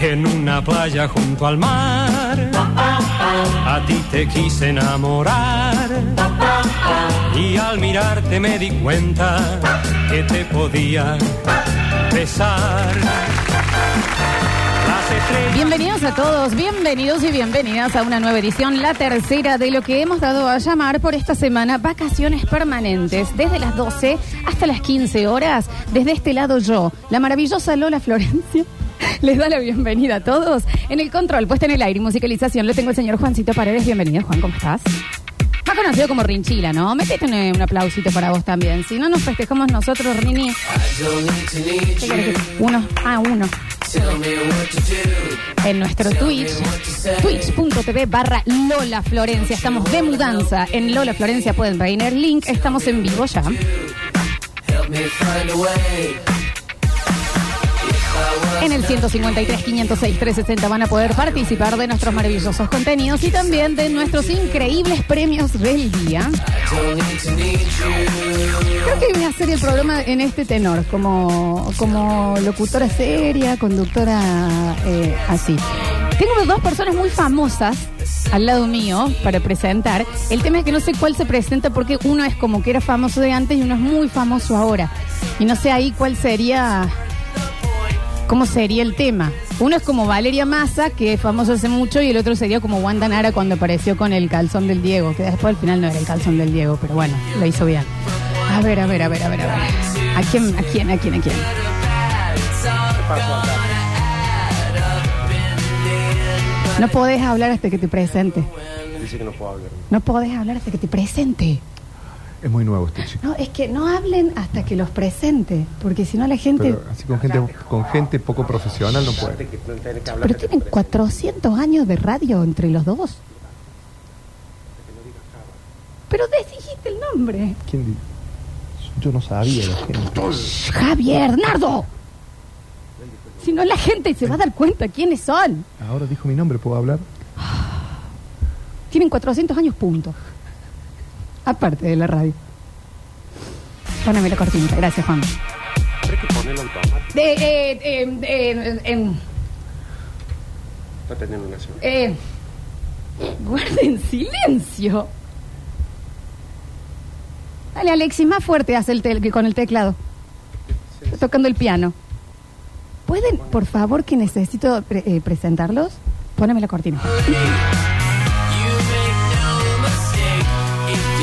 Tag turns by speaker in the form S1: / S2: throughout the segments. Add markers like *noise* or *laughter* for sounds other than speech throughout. S1: en una playa junto al mar. A ti te quise enamorar y al mirarte me di cuenta que te podía besar. Las estrellas-
S2: Bienvenidos a todos, bienvenidos y bienvenidas a una nueva edición, la tercera de lo que hemos dado a llamar por esta semana vacaciones permanentes, desde las 12 hasta las 15 horas, desde este lado yo, la maravillosa Lola Florencia. *laughs* Les da la bienvenida a todos. En el control, puesta en el aire y musicalización, lo tengo el señor Juancito Paredes. Bienvenido, Juan, ¿cómo estás? Más conocido como Rinchila, ¿no? Metete un, un aplausito para vos también. Si no nos festejamos nosotros, Rini. ¿qué querés que- Uno a uno en nuestro Twitch, twitch.tv barra Lola Florencia. Estamos de mudanza en Lola Florencia, pueden reinar link, estamos en vivo ya. En el 153 506 360 van a poder participar de nuestros maravillosos contenidos y también de nuestros increíbles premios del día. Creo que voy a hacer el programa en este tenor, como, como locutora seria, conductora eh, así. Tengo dos personas muy famosas al lado mío para presentar. El tema es que no sé cuál se presenta porque uno es como que era famoso de antes y uno es muy famoso ahora. Y no sé ahí cuál sería, cómo sería el tema. Uno es como Valeria Massa, que es famoso hace mucho, y el otro sería como Wanda Nara cuando apareció con el calzón del Diego, que después al final no era el calzón del Diego, pero bueno, lo hizo bien. A ver, a ver, a ver, a ver, a ver. ¿A quién, a quién, a quién, a quién? No podés hablar hasta que te presente.
S3: Dice que no puedo hablar.
S2: No podés hablar hasta que te presente.
S3: Es muy nuevo este chico.
S2: No, es que no hablen hasta que los presente, porque si no la gente...
S3: Pero así con gente, con gente poco profesional no puede.
S2: Pero tienen 400 años de radio entre los dos. Pero dijiste el nombre.
S3: ¿Quién di- Yo no sabía la gente.
S2: Javier Nardo. Si no, la gente se va a dar cuenta quiénes son.
S3: Ahora dijo mi nombre, ¿puedo hablar?
S2: Tienen 400 años, punto. Aparte de la radio. Póname la cortinita. Gracias, Juan.
S4: Creo que ponerlo automático
S2: De, eh, eh, eh, eh,
S4: está teniendo una semana.
S2: eh, guarden silencio. Dale, Alexis, más fuerte hace el tel- que con el teclado. Está Tocando el piano. ¿Pueden, por favor, que necesito pre- eh, presentarlos? Póname la cortina.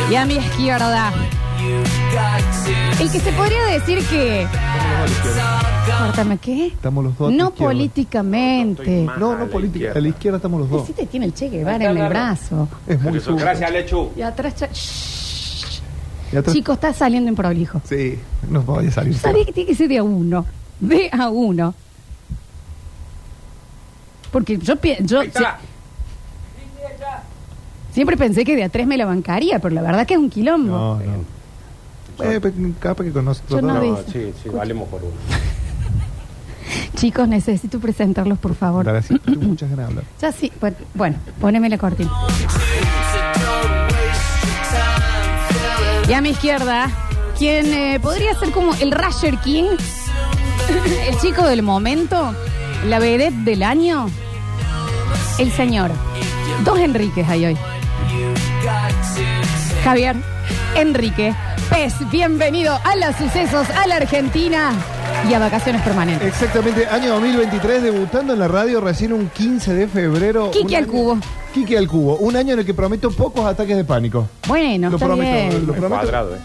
S2: Y a mi izquierda. El que se podría decir que. Córtame, ¿qué?
S3: Estamos los dos. a tu
S2: No
S3: izquierda.
S2: políticamente.
S4: Estoy
S3: No,
S4: A
S3: no
S4: la
S3: política.
S4: izquierda.
S3: A Ah, la izquierda estamos los dos.
S2: Sí te tiene el Che Guevara en el brazo.
S3: Es muy
S4: Eso,
S3: sucio.
S4: gracias, Lechu.
S2: Y atrás... cha- Shh.
S3: Y atrás-
S2: Chico, está saliendo en prolijo.
S3: Sí, no voy a salir.
S2: Sabía que tiene que ser de a uno. De a uno. Porque yo, pi- yo
S4: Ahí está.
S2: si- siempre pensé que de a tres me la bancaría, pero la verdad que es un quilombo.
S3: No, no. Eh, pero capaz que conoce.
S2: Yo no vi.
S4: No,
S2: dice.
S4: sí, sí, valemos por uno.
S2: Chicos, necesito presentarlos, por favor.
S3: Ahora sí, tengo muchas ganas de hablar.
S2: Ya sí, bu- bueno, poneme la cortina. Y a mi izquierda, quien eh, podría ser como el Rasher King, *laughs* el chico del momento, la vedette del año, el señor. Dos Enriques hay hoy. Javier, Enrique, Pez, bienvenido a los sucesos, a la Argentina y a vacaciones permanentes.
S3: Exactamente, año 2023, debutando en la radio recién un 15 de febrero.
S2: Quique
S3: Un
S2: al
S3: año-
S2: cubo.
S3: Quique al cubo. Un año en el que prometo pocos ataques de pánico.
S2: Bueno,
S3: Lo
S2: está
S3: prometo,
S2: bien.
S3: Lo
S4: Al
S3: prometo.
S4: cuadrado, ¿eh?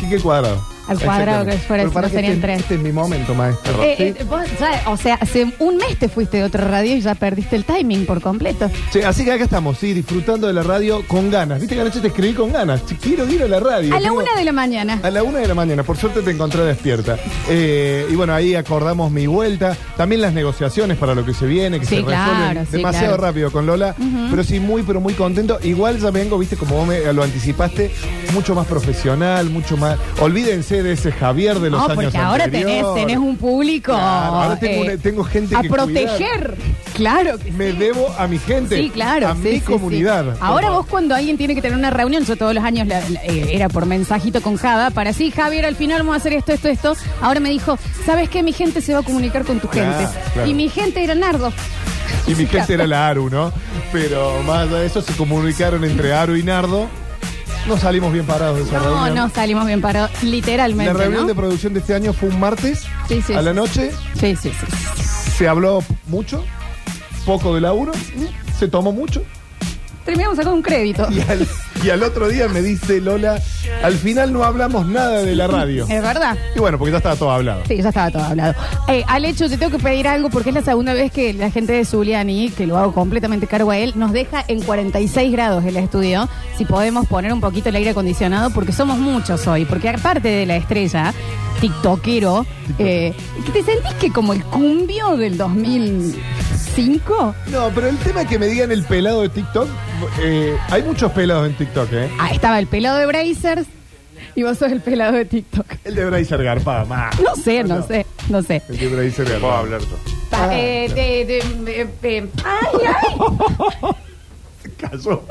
S3: Quique cuadrado.
S2: Al cuadrado,
S3: Exactamente.
S2: que fuera,
S3: Pero
S2: si
S3: para
S2: no
S3: que
S2: serían
S3: este,
S2: tres.
S3: este es mi momento, maestro.
S2: Eh,
S3: ¿sí?
S2: eh, vos ya, o sea, hace un mes te fuiste de otra radio y ya perdiste el timing por completo.
S3: Sí, así que acá estamos, sí, disfrutando de la radio con ganas. Viste que anoche te escribí con ganas. Che, Quiero ir a la radio.
S2: A la
S3: Tengo-
S2: una de la mañana.
S3: A la una de la mañana, por suerte te encontré despierta. Eh, y bueno, ahí acordamos mi vuelta, también las negociaciones para lo que se viene, que
S2: Sí,
S3: se
S2: claro,
S3: resuelven
S2: sí,
S3: demasiado
S2: claro.
S3: rápido con Lola, pero sí muy, pero muy contento. Igual ya vengo, viste, como vos me, lo anticipaste, mucho más profesional, mucho más... Olvídense de ese Javier de los
S2: No,
S3: años
S2: porque ahora tenés,
S3: anteriores.
S2: tenés un público. eh,
S3: Claro, ahora tengo una- tengo gente
S2: a
S3: que
S2: proteger.
S3: cuidar.
S2: Claro que
S3: Me
S2: sí.
S3: debo a mi gente.
S2: Sí, claro.
S3: A
S2: sí,
S3: mi
S2: sí, sí.
S3: comunidad.
S2: Ahora vos cuando alguien tiene que tener una reunión, yo todos los años la- la- eh, era por mensajito con Jada, para sí, Javier, al final vamos a hacer esto, esto, esto. Ahora me dijo, ¿sabes qué? Mi gente se va a comunicar con tu
S3: Claro,
S2: gente.
S3: claro.
S2: Y mi gente era Nardo.
S3: Y mi gente era la Aru, ¿no? Pero más allá de eso, se comunicaron entre Aru y Nardo. No salimos bien parados de esa
S2: No,
S3: reunión.
S2: no salimos bien parados, literalmente.
S3: La reunión
S2: ¿no?
S3: de producción de este año fue un martes
S2: Sí, sí,
S3: a la
S2: sí.
S3: noche.
S2: Sí, sí, sí.
S3: Se habló mucho, poco de laburo, se tomó mucho.
S2: Terminamos sacando un crédito.
S3: Y al, y al otro día me dice Lola, al final no hablamos nada de la radio.
S2: Es verdad.
S3: Y bueno, porque ya estaba todo hablado.
S2: Sí, ya estaba todo hablado. Eh, Alecho, te tengo que pedir algo porque es la segunda vez que la gente de Zuliani, que lo hago completamente cargo a él, nos deja en 46 grados el estudio. Si podemos poner un poquito el aire acondicionado, porque somos muchos hoy. Porque aparte de la estrella, tiktokero, eh, que ¿te sentís que como el cumbio del 2005?
S3: No, pero el tema que me digan el pelado de TikTok, eh, hay muchos pelados en TikTok, ¿eh?
S2: Ah, estaba el pelado de Brazers y vos sos el pelado de TikTok.
S3: El de Bracer Garpa, más.
S2: No sé, no sé, no sé.
S3: El de Bracer
S4: Puedo
S3: Garpa.
S4: hablar yo.
S3: Ah.
S2: Ta- eh, de- de- eh, eh, ay, ay.
S3: *laughs* Cayó.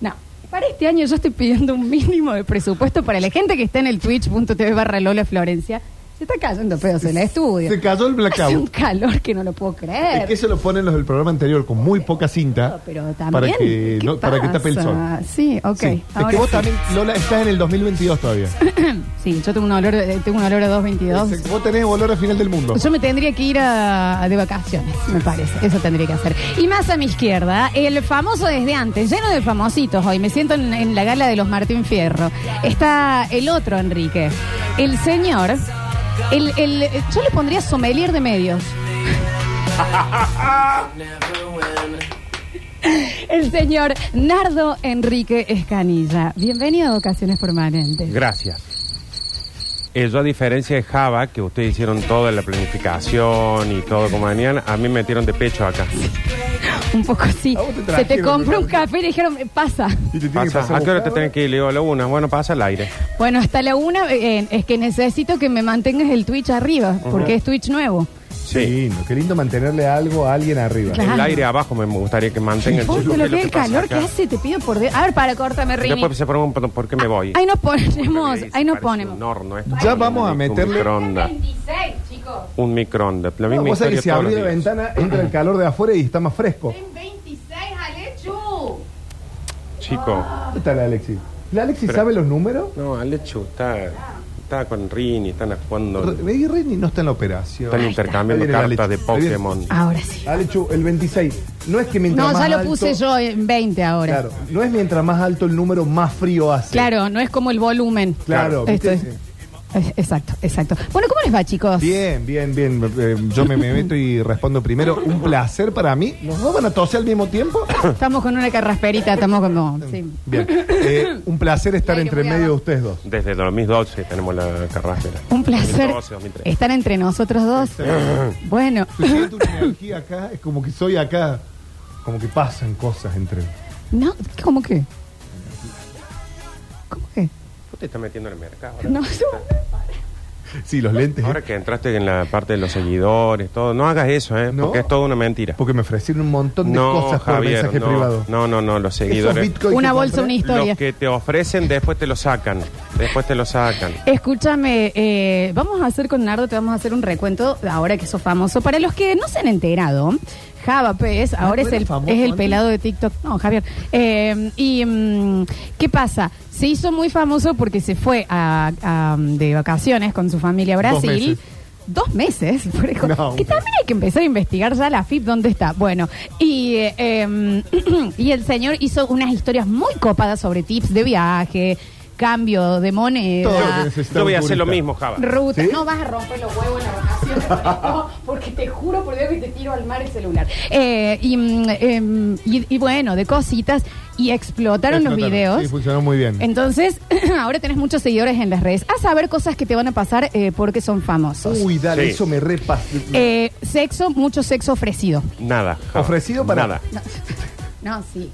S2: No. Para este año yo estoy pidiendo un mínimo de presupuesto para la gente que está en el twitch.tv barra Lola Florencia. Se está cayendo pedos en el estudio.
S3: Se cayó el
S2: Hace un
S3: blackout.
S2: calor que no lo puedo
S3: Es
S2: creer.
S3: que eso lo ponen los del programa anterior con muy poca cinta.
S2: Pero también.
S3: Para que,
S2: ¿qué
S3: no- para que tape el sol.
S2: pasa? Sí, ok.
S3: Sí. Es
S2: ahora
S3: que vos
S2: sí.
S3: también, Lola, estás en el 2022 todavía.
S2: Sí, yo tengo un olor, eh, tengo un olor a 222.
S3: Vos tenés olor a final del mundo.
S2: Yo me tendría que ir a, a de vacaciones, me parece. Eso tendría que hacer. Y más a mi izquierda, el famoso desde antes, lleno de famositos hoy. Me siento en, en la gala de los Martín Fierro. Está el otro Enrique, el señor. El, el- yo le pondría sommelier de medios. *laughs* El señor Nardo Enrique Escanilla. Bienvenido a Ocasiones Permanentes.
S4: Gracias. Eh, yo, a diferencia de Java, que ustedes hicieron toda la planificación y todo como venían, a mí me metieron de pecho acá.
S2: Un poco así.
S3: A vos te
S2: Se
S3: trajeron,
S2: te compró un
S3: Ricardo.
S2: café y le dijeron, pasa.
S3: Y te tiene que
S4: Pasa,
S3: pasar
S4: ¿A qué hora te
S3: buscado.
S4: tenés que ir? Le digo, a la una. Bueno, pasa al aire.
S2: Bueno, hasta la una eh, es que necesito que me mantengas el Twitch arriba, porque es Twitch nuevo.
S3: Sí, lindo, qué lindo mantenerle algo a alguien arriba.
S2: Claro.
S4: El aire abajo me gustaría que mantenga el
S2: Uy, pero
S4: chico, ¿qué es
S2: lo
S4: lo
S2: que
S4: que
S2: el
S4: pasa
S2: calor que
S4: acá?
S2: hace, te pido por Dios. A ver, para, córtame, Rini.
S4: Después pues, se preguntan por qué me voy.
S2: Ahí nos ponemos,
S4: Porque
S2: ahí nos
S4: parece
S2: ponemos.
S4: Un horno esto.
S3: Ya vamos a meterle-
S4: Un microondas.
S2: 26, chicos.
S4: Un microondas. La
S3: No,
S4: misma
S3: vos sabés
S4: historia
S3: que si
S4: todos
S3: abrí la
S4: los días.
S3: ventana entra el calor de afuera y está más fresco.
S2: 26, Alechu.
S4: Chico.
S3: ¿Dónde está la Alexi? ¿La Alexi sabe los números?
S4: No, Alechu está, está con Rini, están jugando.
S3: Re- y Rini no está en la operación.
S4: Están intercambiando
S3: Ahí viene la
S4: cartas de
S3: leche. Ahí viene. Ah.
S4: Pokémon.
S2: Ahora sí.
S3: Alechu, el 26. No es que mientras
S2: No,
S3: más
S2: ya lo
S3: alto-
S2: puse yo en 20 ahora.
S3: Claro, no es mientras más alto el número, más frío hace.
S2: Claro, no es como el volumen.
S3: Claro,
S2: Esto
S3: ¿viste?
S2: es- eh, Exacto, exacto. Bueno, ¿cómo les va, chicos?
S3: Bien, bien, bien. Eh, yo me, me meto y respondo primero. Un placer para mí. ¿Nos dos van a toser al
S2: *laughs*
S3: mismo tiempo?
S2: Estamos con una carrasperita, estamos como... sí.
S3: Bien. Eh, un placer estar
S2: Aire
S3: entre
S2: muy
S3: medio de
S2: abajo.
S3: ustedes dos.
S4: Desde 2012 tenemos la carrasera.
S2: Un placer
S4: 2012, 2013.
S2: estar entre nosotros dos.
S3: *laughs*
S2: Bueno,
S3: Se siente una energía acá, es como que soy acá. Como que pasan cosas entre.
S2: no, ¿cómo que? ¿Cómo que?
S4: Usted está metiendo en el mercado. ahora.
S2: No, no.
S3: Sí, los lentes. ¿eh?
S4: Ahora que entraste en la parte de los seguidores, todo, no hagas eso, ¿eh?
S3: No.
S4: Porque es toda una mentira.
S3: Porque me ofrecieron un montón de
S4: No,
S3: cosas por
S4: Javier,
S3: mensaje
S4: no,
S3: privado.
S4: no, no, no, los
S3: Esos
S4: seguidores.
S3: bitcoins
S2: Una
S3: que
S2: bolsa,
S3: compré,
S2: una historia.
S4: Los que te ofrecen después te lo sacan. Después te lo sacan.
S2: Escúchame, eh, vamos a hacer con Nardo, te vamos a hacer un recuento ahora que sos famoso. Para los que no se han enterado, Java Pérez ahora es
S3: ¿no era
S2: el,
S3: Ah, famoso
S2: es el
S3: antes?
S2: pelado de TikTok. No, Javier. Eh, ¿Y mm, qué pasa? Se hizo muy famoso porque se fue a- a, mm, de vacaciones con su familia a
S3: Dos
S2: Brasil.
S3: meses.
S2: Dos meses, *laughs* por ejemplo.
S3: No, un
S2: que
S3: mes.
S2: también hay que empezar a investigar ya la FIP dónde está. Bueno, y, eh, em, *clears throat* y el señor hizo unas historias muy copadas sobre tips de viaje, cambio de moneda.
S3: Todo lo que necesitaba
S4: Yo voy a
S3: un
S4: hacer lo
S3: turista.
S4: mismo, Java.
S2: Ruta,
S3: ¿Sí?
S2: no vas a romper los huevos en la vacación, no, *laughs* porque te juro por Dios que te tiro al mar el celular. Eh, y, mm, em, y- y bueno, de cositas, y explotaron, los
S3: Explotaron.
S2: videos.
S3: Sí, funcionó muy bien.
S2: Entonces, *clears throat* ahora tenés muchos seguidores en las redes. A saber cosas que te van a pasar eh, porque son famosos.
S3: Uy, dale,
S4: Sí.
S3: eso me repasa.
S2: Eh, sexo, mucho sexo ofrecido.
S4: Nada. Java.
S3: Ofrecido para-
S4: Nada.
S2: *laughs* No, sí.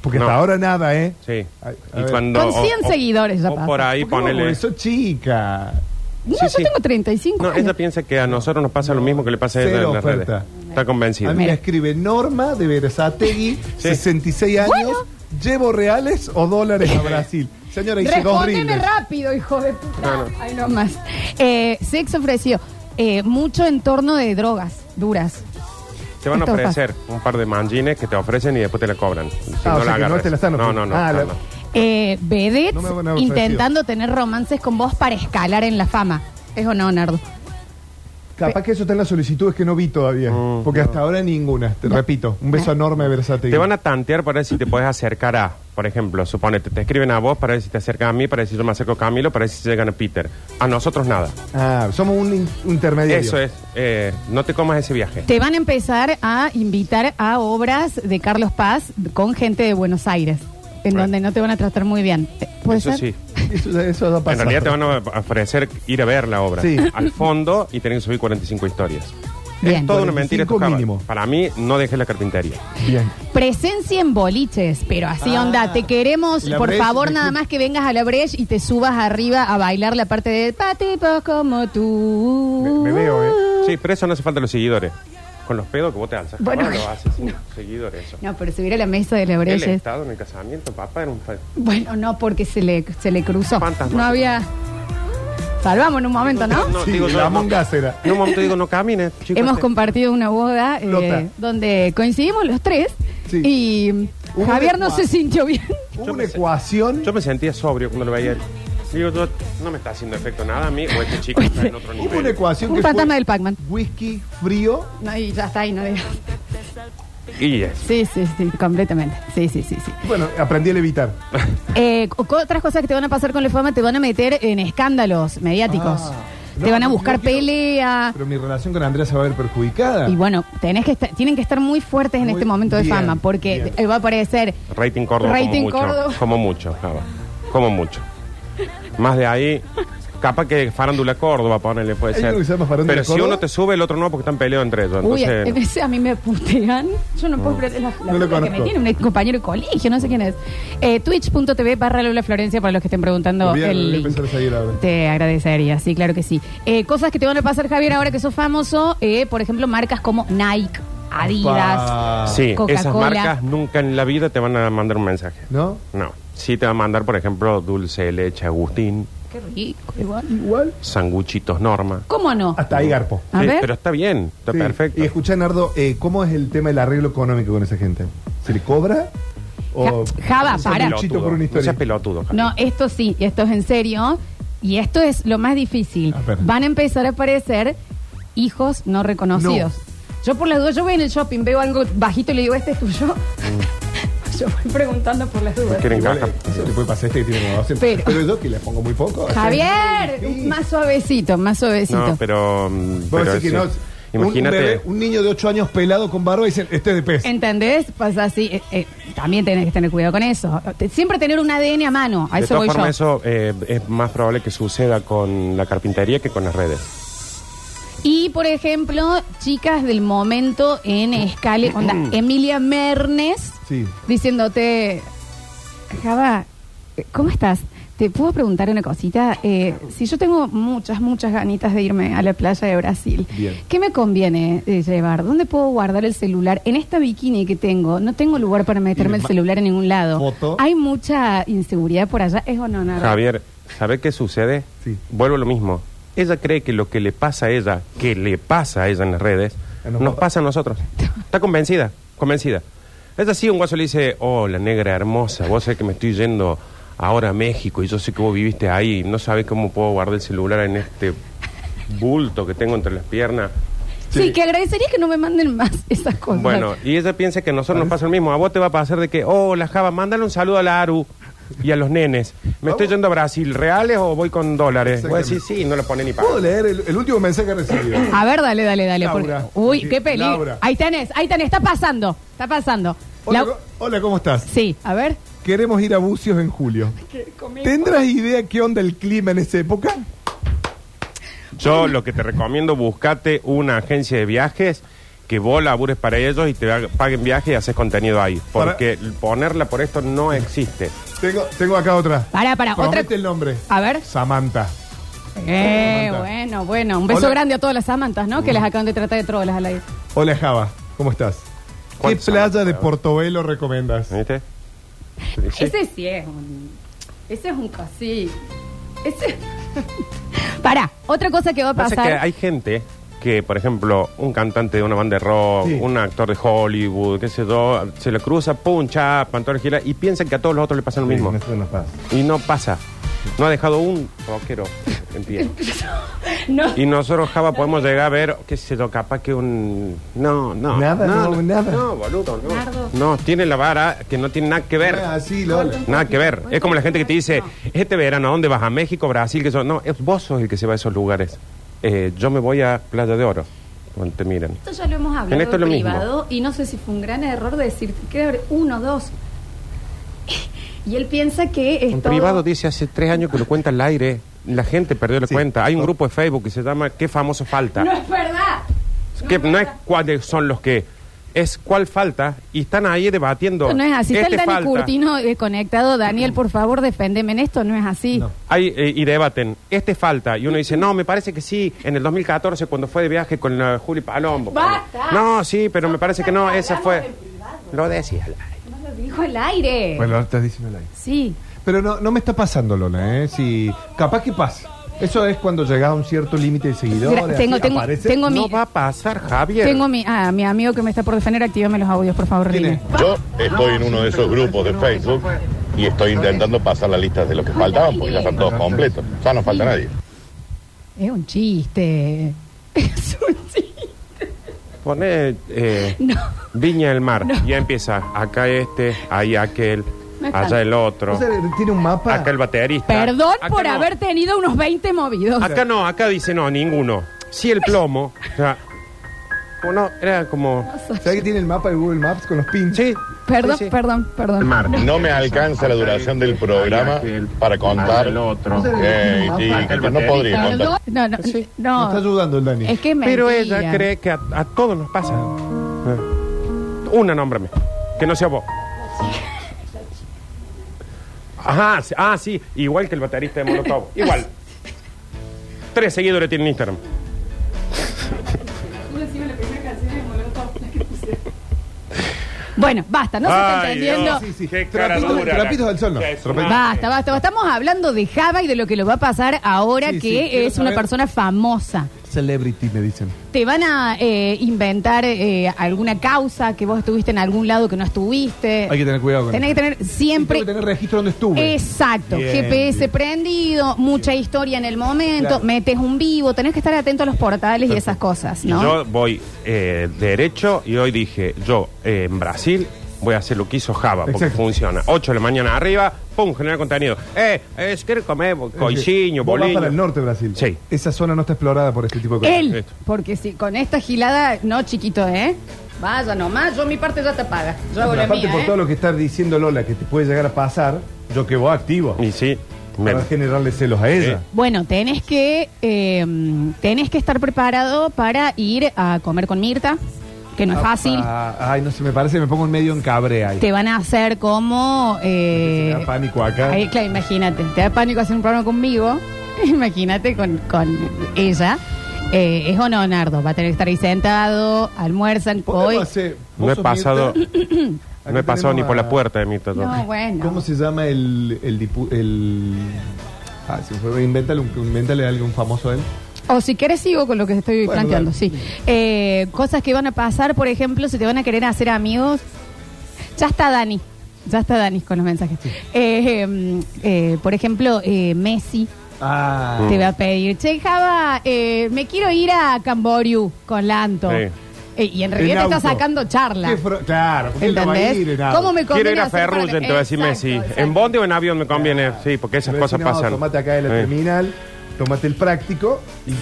S3: Porque
S4: no.
S3: hasta ahora nada, ¿eh?
S4: Sí.
S3: Ay, a
S4: Y
S3: ver.
S4: cuando-
S2: Con 100 seguidores ya
S4: o
S2: pasa.
S4: por ahí
S3: ¿Por qué vos
S4: ponele.
S3: Eso, chica.
S2: No,
S4: Sí,
S2: yo
S4: sí.
S2: tengo 35
S4: No,
S2: años.
S4: ella piensa que a nosotros nos pasa lo mismo que le pasa a ella
S3: Cero
S4: en las redes.
S3: oferta.
S4: Está convencida.
S3: A mí me
S2: Mira.
S3: escribe Norma de Verazategui,
S4: Sí.
S3: 66 años,
S2: Bueno.
S3: llevo reales o dólares a Brasil. Señora, hice dos
S2: Respóndeme
S3: dribles.
S2: rápido, hijo de puta.
S4: No, no.
S2: Ay, no más. Eh, sexo ofrecido. Eh, mucho en torno de drogas duras.
S4: Te van a
S2: Esto
S4: ofrecer un par de manjines que te ofrecen y después te la cobran. Si
S3: Ah, o sea que no
S4: agarras.
S3: te la están
S4: no, no,
S3: ofreciendo.
S4: no,
S3: Ah,
S4: no,
S3: la-
S4: no.
S2: Eh, vedettes
S3: No me van a ofrecer.
S2: intentando tener romances con vos para escalar en la fama. ¿Es o no, Nardo?
S3: Capaz que eso está en las solicitudes que no vi todavía,
S4: Mm,
S3: porque hasta ahora ninguna. Te repito, un beso enorme de Verazategui.
S4: Te van a tantear para ver si te puedes acercar a, por ejemplo, suponete, te escriben a vos para ver si te acercas a mí, para ver si yo me acerco a Camilo, para ver si llegan a Peter. A nosotros nada.
S3: Ah, somos un in- intermediario.
S4: Eso es, eh, no te comas ese viaje.
S2: Te van a empezar a invitar a obras de Carlos Paz con gente de Buenos Aires, en
S4: Right.
S2: donde no te van a tratar muy bien. Eh, ¿Puede
S4: Eso
S2: ser?
S4: sí.
S3: *laughs* Eso, eso va a
S4: En
S3: pasar.
S4: realidad te van a ofrecer ir a ver la obra
S3: Sí.
S4: al fondo y tener que subir 45 historias.
S2: Bien.
S4: Es toda una mentira.
S3: 45
S4: esto, Java.
S3: mínimo.
S4: Para mí, no dejes la carpintería.
S3: Bien.
S2: Presencia en boliches, pero así onda, te queremos,
S3: La
S2: por
S3: Breche,
S2: favor,
S3: me
S2: nada
S3: escu-
S2: más que vengas a la Breche y te subas arriba a bailar la parte de Patipos como tú.
S3: Me- me veo,
S2: Uh.
S3: ¿eh?
S4: Sí, pero eso no hace falta los seguidores. Con los pedos que vos te alzas.
S2: Bueno,
S4: Bueno, lo haces sin seguidores. Eso.
S2: No, pero subir a la mesa de la
S4: El
S2: Breche. es-
S4: estado en el casamiento, papá, era un... fa-
S2: Bueno, no, porque se le, se le cruzó.
S4: Fantasma.
S2: No había. Salvamos en un momento, ¿no?
S4: No,
S3: Sí,
S4: digo,
S3: la
S4: no,
S3: Among
S4: no.
S3: Us era.
S4: En un momento digo, no camines, chicos.
S2: Hemos
S4: Te-
S2: compartido una boda eh,
S3: Flota.
S2: donde coincidimos los tres
S3: Sí.
S2: y
S3: Hubo
S2: Javier
S3: una
S2: no se
S3: cua-
S2: sintió bien. *laughs*
S3: Hubo
S4: Yo
S3: una
S4: pensé-
S3: ecuación.
S4: Yo me sentía sobrio cuando lo veía. Digo, yo, no me está haciendo efecto nada a mí o este chico está en otro
S3: Hubo una
S4: nivel.
S3: ecuación
S2: Un
S3: que
S2: fantasma
S3: fue
S2: del Pac-Man.
S3: Whisky frío.
S2: No, y ya está ahí, no digas.
S4: Y es.
S2: Sí, sí, sí, completamente. Sí, sí, sí, sí.
S3: Bueno, aprendí a levitar.
S2: Eh, co- otras cosas que te van a pasar con la fama te van a meter en escándalos mediáticos.
S3: Ah,
S2: te
S3: no,
S2: van a
S3: no,
S2: buscar
S3: no quiero-
S2: pelea.
S3: Pero mi relación con Andrea se va a ver perjudicada.
S2: Ah. Y bueno, tenés que estar- tienen que estar muy fuertes en
S3: Muy
S2: este momento de
S3: bien,
S2: fama porque
S3: bien.
S2: eh, va a aparecer
S4: Rating Córdoba
S2: Rating
S4: como mucho.
S2: Córdoba.
S4: Como mucho, Java. Como mucho. Más de ahí, capaz que Farándula Córdoba, ponele, puede
S3: ¿Hay
S4: ser.
S3: uno que se llama Farándula
S4: Pero si
S3: Córdoba?
S4: uno te sube, el otro no, porque están peleados entre ellos.
S2: Uy, en
S4: entonces,
S2: ese a mí me putean. Yo no puedo creer la, la
S3: No lo
S2: puta que
S3: conozco.
S2: me tiene un compañero de colegio, no sé quién es. Eh, Twitch.tv barra Lola Florencia para los que estén preguntando
S3: Bien,
S2: el
S3: voy a
S2: link.
S3: empezar a seguir ahora.
S2: Te agradecería, sí, claro que sí. Eh, cosas que te van a pasar, Javier, ahora que sos famoso. eh, por ejemplo, marcas como Nike,
S3: Pa.
S2: Adidas,
S4: Sí, esas
S2: Coca-Cola.
S4: marcas nunca en la vida te van a mandar un mensaje.
S3: ¿No?
S4: No. Sí te va a mandar, por ejemplo, dulce de leche Agustín,
S2: Qué rico, igual.
S3: Igual.
S4: sanguchitos Norma.
S2: ¿Cómo no?
S3: Hasta ahí garpo.
S2: A
S4: Sí,
S2: ver.
S4: Pero está bien, está
S3: Sí.
S4: perfecto.
S3: Y escuchá, Nardo, eh, ¿cómo es el tema del arreglo económico con esa gente? ¿Se le cobra? ¿O
S2: Ja- Java,
S3: un
S2: Ah, para.
S3: sanguchito por una
S4: No
S3: historia?
S4: seas pelotudo. Javi.
S2: No, esto sí, y esto es en serio. Y esto es lo más difícil.
S3: A ver.
S2: Van a empezar a aparecer hijos no reconocidos. Yo por las dudas, yo voy en el shopping, veo algo bajito y le digo, ¿este es tuyo?
S3: Mm.
S2: *laughs* yo voy preguntando por las dudas.
S4: Quieren
S3: Igual,
S4: caja.
S3: eh, eso le puede pasar a este que tiene como 200.
S2: Pero-
S3: Pero, yo que le pongo muy poco.
S2: Javier,
S3: Sí.
S2: más suavecito, más suavecito.
S4: No, pero. mm,
S3: Vos
S4: pero
S3: decís que
S4: sí.
S3: no. Un-
S4: Imagínate.
S3: Un, bebé, un niño de 8 años pelado con barba y dicen, este es de pez.
S2: ¿Entendés? Pasa así. eh, eh, también tenés que tener cuidado con eso. Te- Siempre tener un ADN a mano. A
S4: de
S2: eso
S4: todas
S2: voy yo.
S4: formas, eso eh, es más probable que suceda con la carpintería que con las redes.
S2: Y, por ejemplo, chicas del momento en escala, onda,
S4: Mm.
S2: Emilia Mernes,
S3: Sí.
S2: diciéndote, Java, ¿cómo estás? ¿Te puedo preguntar una cosita? Eh, si yo tengo muchas, muchas ganitas de irme a la playa de Brasil,
S3: Bien.
S2: ¿qué me conviene eh, llevar? ¿Dónde puedo guardar el celular? En esta bikini que tengo, no tengo lugar para meterme
S3: Y
S2: el
S3: ma-
S2: celular en ningún lado.
S3: Foto.
S2: Hay mucha inseguridad por allá, ¿es o no, nada?
S4: Javier, ¿sabes qué sucede?
S3: Sí.
S4: Vuelvo a lo mismo. Ella cree que lo que le pasa a ella, que le pasa a ella en las redes,
S3: Que
S4: nos,
S3: nos
S4: pasa a nosotros. Está convencida, convencida. Es así, un guaso le dice, oh, la negra hermosa, vos sabés que me estoy yendo ahora a México y yo sé que vos viviste ahí, no sabés cómo puedo guardar el celular en este bulto que tengo entre las piernas.
S2: Sí, que agradecería que no me manden más *laughs* esas cosas.
S4: Bueno, y ella piensa que a nosotros nos pasa lo mismo. A vos te va a pasar de que, oh, la Java, mándale un saludo a la Aru y a los nenes. ¿Me estoy yendo a Brasil reales o voy con dólares? Voy a decir, sí, no lo pone ni para.
S3: ¿Puedo leer el, el último mensaje que recibido?
S2: A ver, dale, dale, dale.
S3: Laura.
S2: porque- Uy,
S3: Sí,
S2: qué peligro.
S3: Laura.
S2: Ahí tenés, ahí tenés, está pasando, está pasando.
S3: Hola,
S2: Lau-
S3: co- hola, ¿cómo estás?
S2: Sí, a ver.
S3: Queremos ir a Bucios en julio. ¿Tendrás idea qué onda el clima en esa época?
S4: Yo lo que te recomiendo, buscate una agencia de viajes que vos labures para ellos y te haga- paguen viaje y haces contenido ahí.
S3: Para-
S4: Porque ponerla por esto no existe.
S3: Tengo, tengo acá otra.
S2: Para, para, otra.
S3: Promete el nombre.
S2: A ver.
S3: Samantha.
S2: Eh, bueno, bueno. Un beso
S3: Hola.
S2: grande a todas las amantas, ¿no?
S4: Mm.
S2: Que las acaban de tratar de trolas al aire.
S3: Hola Java, ¿cómo estás? ¿Qué
S4: ¿Cuántos
S3: playa
S4: amantes,
S3: de
S4: Java?
S3: Portobelo recomiendas?
S4: ¿Viste? Sí.
S2: Ese sí es un. Ese es un cosí. Ese. *laughs* Pará, otra cosa que va a
S4: Pasa
S2: pasar.
S4: que hay gente que, por ejemplo, un cantante de una banda de rock,
S3: Sí.
S4: un actor de Hollywood, qué sé yo, se lo cruza, pum, chapa, Antonio Gila, y piensan que a todos los otros le pasa lo mismo.
S3: Sí, eso nos pasa.
S4: Y no pasa. No ha dejado un rockero en pie.
S2: No.
S4: Y nosotros, Java, podemos llegar a ver, qué sé yo, capaz que un... No, no.
S3: Nada, no, nada.
S4: No, boludo, no.
S2: Nardo.
S4: No, tiene la vara que no tiene nada que ver.
S3: Ah, sí, Lola.
S4: Nada que ver. Es como la gente que te dice, este verano, ¿a dónde vas? ¿A México, Brasil? Que son? No, es- vos sos el que se va a esos lugares. Eh, yo me voy a Playa de Oro, donde te miran.
S2: Esto ya lo hemos hablado
S4: En esto es lo
S2: privado y no sé si fue un gran error de decir que abre uno, dos. *laughs* Y él piensa que es
S4: En
S2: todo-
S4: privado dice hace tres años que lo cuenta al aire. La gente perdió la
S3: Sí.
S4: cuenta. Hay un grupo de Facebook que se llama ¿Qué famoso falta?
S2: No es verdad.
S4: que
S2: no es
S4: no es
S2: verdad.
S4: cuáles son los que, es cuál falta. Y están ahí debatiendo.
S2: Esto no es así. Está
S4: Este
S2: el Dani
S4: falta.
S2: Curtino eh, conectado. Daniel, por favor, deféndeme en esto. No es así.
S3: No.
S4: Hay, eh, y debaten, este falta. Y uno dice, no, me parece que sí, en el 2014 cuando fue de viaje con la Juli Palombo.
S2: ¡Basta!
S4: No, sí, pero me parece que no, esa fue.
S2: Hablamos en privado.
S4: Lo decía.
S2: No lo dijo el aire.
S3: Bueno, ahora estás diciendo el aire.
S2: Sí.
S3: Pero no, no me está pasando, Lola, ¿eh? Si, capaz que pasa. Eso es cuando llega a un cierto límite de seguidores.
S2: Gra- tengo-
S3: así
S2: tengo-
S3: aparece.
S2: tengo-
S4: No
S2: mi-
S4: va a pasar, Javier.
S2: Tengo mi, ah, mi amigo que me está por defender. Actívame los audios, por favor,
S3: ¿Quién
S2: Rini.
S3: es?
S5: Yo estoy en uno de esos grupos de Facebook y estoy intentando pasar la lista de los que faltaban porque ya están todos completos. Ya no falta nadie.
S2: Es un chiste. *laughs* Es un chiste.
S4: Pone eh,
S2: No.
S4: Viña del Mar. Ya empieza. Acá este, ahí aquel,
S2: No es tanto.
S4: allá el otro.
S3: O sea, tiene un mapa.
S4: Acá el baterista.
S2: Perdón
S4: Acá
S2: por
S4: no.
S2: haber tenido unos 20 movidos.
S4: Acá no, acá dice no, ninguno. Sí, el plomo. O sea, uno era como.
S3: ¿Sabes que tiene el mapa de Google Maps con los pinches?
S4: Sí.
S2: Perdón,
S4: sí, sí.
S2: perdón, perdón.
S5: No me alcanza la duración del programa para contar. eh, y que no podría
S2: Perdón.
S5: contar.
S2: No, no,
S3: Me está
S2: no.
S3: ayudando el Dani.
S2: Es que es mentira.
S4: Pero ella cree que a, a todos nos pasa. Eh. Una, nómbrame. Que no sea vos. Ajá, sí, ah, sí. Igual que el baterista de Molotov.
S2: *laughs*
S4: Igual. Tres seguidores tienen Instagram.
S2: Bueno, basta, no se está
S4: Ay,
S2: entendiendo.
S4: Dios.
S3: Sí, sí.
S4: Qué cara
S3: Trapitos,
S4: dura,
S3: trapitos
S4: la-
S3: al sol, no.
S4: que es
S3: Trapitos.
S4: una-
S2: Basta, basta, basta. Estamos hablando de Java y de lo que lo va a pasar ahora
S3: Sí,
S2: que
S3: sí, quiero
S2: es una
S3: saber.
S2: persona famosa.
S3: Celebrity, me dicen.
S2: ¿Te van a eh, inventar eh, alguna causa que vos estuviste en algún lado que no estuviste?
S3: Hay que tener cuidado con
S2: Eh, Tenés que
S3: eso.
S2: tener siempre...
S3: Tengo que tener registro donde estuve.
S2: Exacto,
S3: Bien,
S2: GPS
S3: bien.
S2: prendido, mucha historia en el momento,
S3: Claro.
S2: metes un vivo, tenés que estar atento a los portales y esas cosas,
S4: Y
S2: ¿no?
S4: Yo voy eh, derecho y hoy dije, yo eh, en Brasil voy a hacer lo que hizo Java, porque
S3: Exacto.
S4: funciona. 8 de la mañana arriba, pum, genera contenido. Eh, es que comer coisinho,
S3: Vos vas
S4: boliño.
S3: para el norte de Brasil.
S4: Sí.
S3: Esa zona no está explorada por este tipo de cosas.
S2: Él,
S4: Esto.
S2: porque si con esta gilada, no chiquito, ¿eh? Vaya nomás, yo mi parte ya te paga. Yo hago
S3: Pero
S2: la
S3: aparte,
S2: mía,
S3: por
S2: ¿eh?
S3: todo lo que está diciendo Lola, que te puede llegar a pasar, yo que vos activo.
S4: Y sí, me-
S3: Para generarle celos a ella.
S2: Bueno, tenés que eh, tenés que estar preparado para ir a comer con Mirta, que no es fácil.
S3: Ah, ay, no sé, me parece que me pongo en medio en cabre ahí.
S2: Te van a hacer como eh,
S3: Se me da pánico acá.
S2: Ahí, claro, imagínate, te da pánico hacer un programa conmigo, *laughs* imagínate con, con ella. Eh, es o no, Nardo, va a tener que estar ahí sentado, almuerzan
S3: Podemos
S2: hoy.
S3: hacer-
S4: no
S3: vos
S4: he
S3: sos *coughs*
S4: pasado,
S3: Mirta.
S4: no he pasado ni
S3: tenemos
S4: por
S3: a-
S4: la puerta de mi tato.
S2: No, bueno.
S3: ¿Cómo se llama el. el, dipu- el- Ah, se me fue. Invéntale, un- invéntale algo, un famoso a él.
S2: O si quieres sigo con lo que estoy
S3: Bueno,
S2: planteando,
S3: dale.
S2: sí. Eh, cosas que van a pasar, por ejemplo, si te van a querer hacer amigos. Ya está Dani, ya está Dani con los mensajes. Eh, em, eh, por ejemplo, eh, Messi
S3: Ah.
S2: te va a pedir, che, Java, eh, me quiero ir a Camboriú con Lanto.
S4: Sí.
S2: Eh, y en realidad te está sacando charla.
S3: Qué fro- Claro, porque él no va a ir
S2: ¿Entendés?
S3: en auto.
S2: ¿Cómo me
S4: Quiero
S2: conviene
S4: ir a
S2: hacer para-
S4: Ferrugem, te voy a decir
S2: Exacto,
S4: Messi.
S2: exacto.
S4: En bondi o en avión me conviene, sí, porque esas
S3: Pero
S4: cosas
S3: decime, no,
S4: pasan.
S3: Tomate acá de la
S4: Eh.
S3: terminal, tomate el práctico y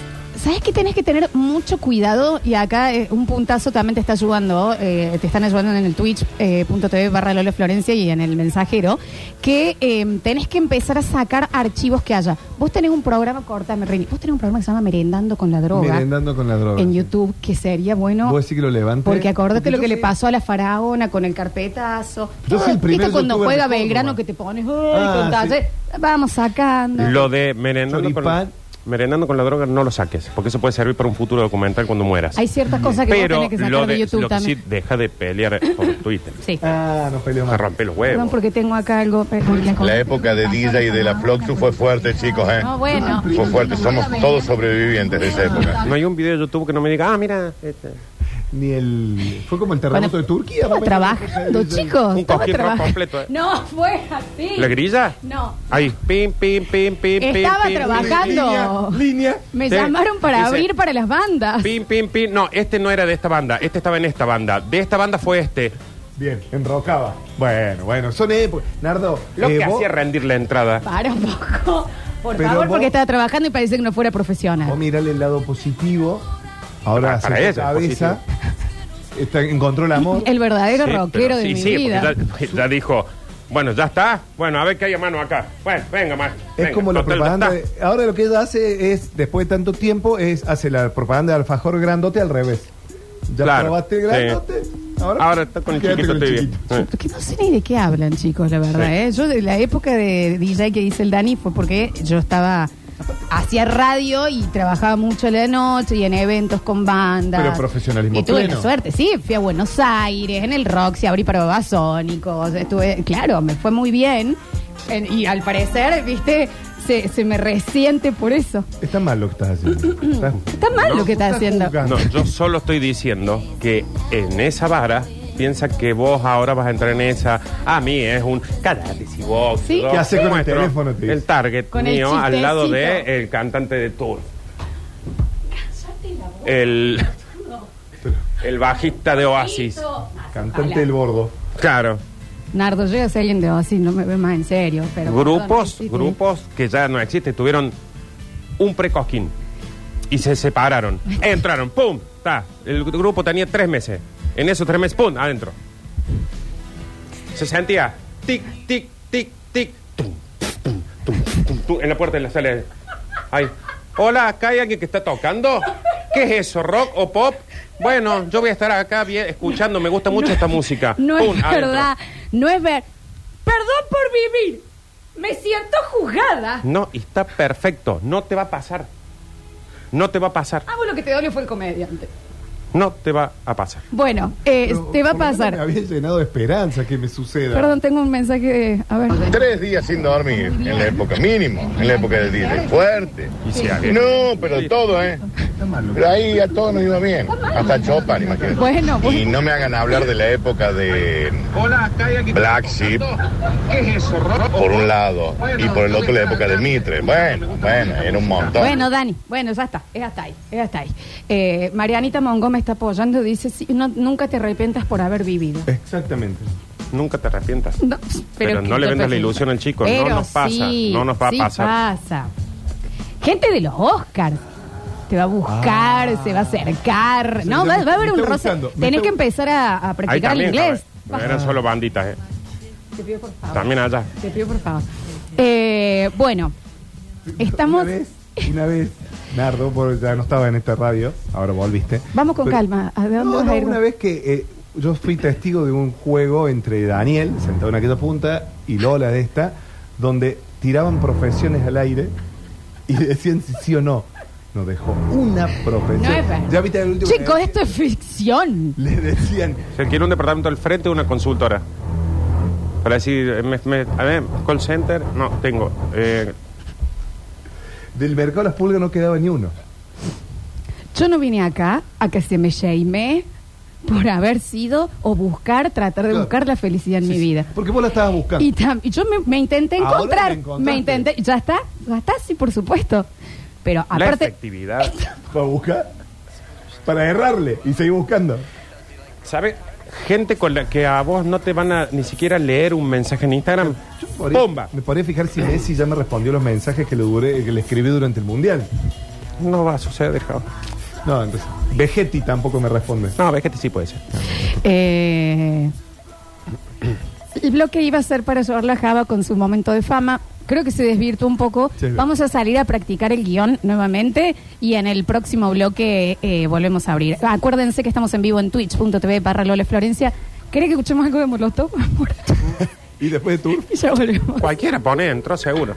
S2: ¿Sabes que tenés que tener mucho cuidado? Y acá eh, un puntazo también te está ayudando, eh, te están ayudando en el twitch.tv barra Lola Florencia y en el mensajero, que eh, tenés que empezar a sacar archivos que haya. Vos tenés un programa, cortame, Rini, vos tenés un programa que se llama Merendando con la Droga
S3: merendando con la droga.
S2: en YouTube, que sería bueno...
S3: Vos decís que lo levante.
S2: Porque acordate
S3: Porque
S2: lo
S3: yo
S2: que le
S3: fui-
S2: pasó a la faraona con el carpetazo.
S3: Yo fui el
S2: ¿Viste
S3: primer
S2: cuando
S3: youtuber
S2: juega
S3: de Córdoba?
S2: Belgrano que te pones, ay,
S3: Ah,
S2: con
S3: sí.
S2: talle? Vamos sacando.
S4: Lo de merendando con-
S3: Choripán.
S4: merendando con la droga no lo saques, porque eso puede servir para un futuro documental cuando mueras.
S2: Hay ciertas cosas que
S4: Pero
S2: vos tenés que sacar
S4: lo
S2: de,
S4: de,
S2: YouTube
S4: lo que sí,
S2: también.
S4: deja de pelear
S2: *coughs*
S4: por Twitter.
S2: Sí.
S3: Ah, nos peleó
S4: Me
S3: más.
S4: rompe los
S2: Perdón
S4: huevos.
S2: porque tengo acá algo. eh,
S5: La época de DJ y de la Floxu fue fuerte, chicos, ¿eh?
S2: No, bueno.
S5: Fue fuerte, somos todos sobrevivientes de esa época.
S4: No hay un video de YouTube que no me diga, ah, mira, este,
S3: Ni el. Fue como el terremoto de Turquía.
S2: Estaba
S3: más o menos.
S2: trabajando, chicos.
S4: Un
S2: Estaba
S4: cojín rock
S2: trabajando.
S4: completo, eh.
S2: No, fue así.
S4: ¿La grilla?
S2: No.
S4: Ahí, pim, pim, pim, pim, pim.
S2: Estaba
S4: pim,
S2: trabajando.
S4: Línea. línea.
S2: Me
S4: Sí.
S2: llamaron para
S4: Dice,
S2: abrir para las
S4: *laughs*
S2: bandas.
S4: Pim, pim, pim. No, este no era de esta banda. Este estaba en esta banda. De esta banda fue este.
S3: Bien, enrocaba. Bueno, bueno, son épocas. Nardo,
S4: Lo
S3: eh,
S4: que
S3: vos-
S4: hacía rendir la entrada.
S2: Para un poco. Por
S3: Pero
S2: favor,
S3: vos-
S2: porque estaba trabajando y parecía que no fuera profesional.
S3: Vos mirale el lado positivo. Ahora
S4: Ah, Para- para
S3: hace
S4: ella,
S3: cabeza. Está, encontró el amor.
S2: El verdadero
S4: Sí,
S2: rockero
S4: pero-
S2: de
S4: sí,
S2: mi
S4: sí,
S2: vida.
S4: porque Ya, ya dijo, bueno, ya está. Bueno, a ver qué hay a mano acá. Bueno, venga, más.
S3: Es como la propaganda. de- ahora lo que ella hace es, después de tanto tiempo, es hace la propaganda de alfajor grandote al revés. Ya
S4: Claro,
S3: probaste el
S4: sí.
S3: grandote. Ahora,
S4: Ahora está con el
S3: quédate
S4: chiquito, estoy bien.
S3: chiquito.
S4: Sí.
S2: Porque no sé ni de qué hablan, chicos, la verdad.
S4: Sí.
S2: ¿eh? Yo, de la época de DJ que dice el Dani fue porque yo estaba. Hacía radio y trabajaba mucho a la noche y en eventos con bandas.
S3: Pero profesionalismo
S2: Y tuve
S3: pleno.
S2: la suerte, sí. Fui a Buenos Aires, en el Roxy, abrí para Babasónicos. Estuve, claro, me fue muy bien. En- y al parecer, viste, se, se me resiente por eso.
S3: Está mal lo que estás
S2: *laughs*
S3: haciendo. Está-
S2: Está mal lo que estás haciendo.
S3: juzgando.
S4: No, yo solo estoy diciendo que en esa vara piensa que vos ahora vas a entrar en esa. "Ah, A mí es un. Cállate si vos.
S2: Sí.
S4: yo
S3: ¿Qué hace con el
S4: muestro
S3: teléfono, te dice?
S4: El target
S2: Con el
S4: mío al lado del
S2: chistecito.
S4: el cantante de Tour. El. El bajista de Oasis.
S3: Cantante del bordo.
S4: Claro.
S2: Nardo, llega a ser alguien de así, no me ve más en serio. Pero perdón,
S4: grupos,
S2: sí, sí.
S4: grupos que ya no existen, tuvieron un precosquín y
S2: *laughs*
S4: se separaron. Entraron, ¡pum! Ta. El grupo tenía tres meses. En esos tres meses, ¡pum! Adentro. Se sentía tic, tic, tic, tic, tum, tum, tum, tum, tum, en la puerta de la sala. Ay. Hola, acá hay alguien que está tocando. ¿Qué es eso? ¿Rock o pop? Bueno, yo voy a estar acá bien, escuchando, me gusta mucho esta música.
S2: No
S4: Pum,
S2: es
S4: adentro.
S2: verdad, no es ver. Perdón por vivir. Me siento juzgada.
S4: No, y está perfecto. No te va a pasar. No te va a pasar.
S2: Ah, vos lo que te dolió fue el comediante.
S4: No te va a pasar.
S2: Bueno, eh,
S3: Pero,
S2: te va a
S3: por lo menos Me
S2: pasar.
S3: había llenado de esperanza que me suceda.
S2: Perdón, tengo un mensaje. de- A ver.
S5: Tres días sin dormir en la época, mínimo, en la época del DJ. Fuerte.
S4: Y si alguien-
S5: No, pero todo, ¿eh?
S3: Está mal lo que-
S5: Pero ahí a todos nos iba bien. Hasta Chopin, imagínate.
S2: Bueno,
S5: Y
S2: bueno.
S5: no me hagan hablar de la época de Black Sheep, por un lado, y por el otro la época de Mitre. Bueno, bueno, era un montón.
S2: Bueno, Dani, bueno, ya está, es hasta ahí, es hasta ahí. Eh, Marianita Mongó me está apoyando, dice, sí, no, nunca te arrepientas por haber vivido.
S3: Exactamente.
S4: Nunca te arrepientas.
S2: No,
S4: Pero
S2: que
S4: no le
S2: yo
S4: vendas la
S2: prefiero.
S4: ilusión al chico, no nos pasa,
S2: sí,
S4: no nos va a
S2: sí
S4: pasar.
S2: pasa. Gente de los Oscars. Te va a buscar, se va a acercar. No, va, va a haber
S3: Me
S2: un
S3: está
S2: roce.
S3: gustando, me
S2: Tenés
S3: está
S2: que empezar a, a
S4: Ahí
S2: practicar el
S4: también.
S2: inglés. Ah.
S4: cabe. No eran solo banditas, eh.
S2: Te pido por favor.
S4: También allá.
S2: Te pido por favor. Eh, bueno, estamos.
S3: Una vez, una vez, Nardo, por- ya no estaba en esta radio, ahora volviste.
S2: Vamos con
S3: Pero-
S2: calma. ¿A de dónde
S3: No,
S2: vas a
S3: no,
S2: ir?
S3: una vez que eh, yo fui testigo de un juego entre Daniel, sentado en aquella punta, y Lola de esta, donde tiraban profesiones al aire y *laughs* decían si sí o no. Nos dejó una profesión.
S2: No es verdad.
S3: ya viste el último.
S2: Chicos, esto es ficción.
S3: Le decían,
S4: Se quiere un departamento al frente de una consultora. Para decir, eh, me- me- a ver, call center, no, tengo. Eh,
S3: del mercado de las pulgas no quedaba ni uno.
S2: Yo no vine acá a que se me shame por haber sido o buscar, tratar de
S3: Claro.
S2: buscar la felicidad en mi vida.
S3: Porque vos la estabas buscando.
S2: Y, tam- y yo me, me intenté
S3: Ahora la
S2: encontrar.
S3: encontraste.
S2: Me intenté. ¿Ya está? ¿Ya está? Sí, por supuesto. Pero
S4: la
S2: aparte.
S4: efectividad.
S3: Para buscar. Para errarle. Y seguir buscando.
S4: ¿Sabes? Gente con la que a vos no te van a ni siquiera leer un mensaje en Instagram.
S3: Yo podría-
S4: ¡Bomba!
S3: Me podría fijar si Messi ya me respondió los mensajes que le, duré, que le escribí durante el Mundial.
S4: No va a suceder, Jao.
S3: No, entonces. Vegetti tampoco me responde.
S4: No, ves que este sí puede ser.
S2: eh, el bloque iba a ser para llevar la Java con su momento de fama. Creo que se desvirtuó un poco.
S3: Sí.
S2: Vamos a salir a practicar el guión nuevamente y en el próximo bloque eh, volvemos a abrir. Acuérdense que estamos en vivo en twitch.tv barra Lola Florencia. ¿Querés que escuchemos algo de Molotov? *laughs* amor?
S3: Y después de tú.
S2: y ya volvemos.
S4: Cualquiera pone, entró seguro.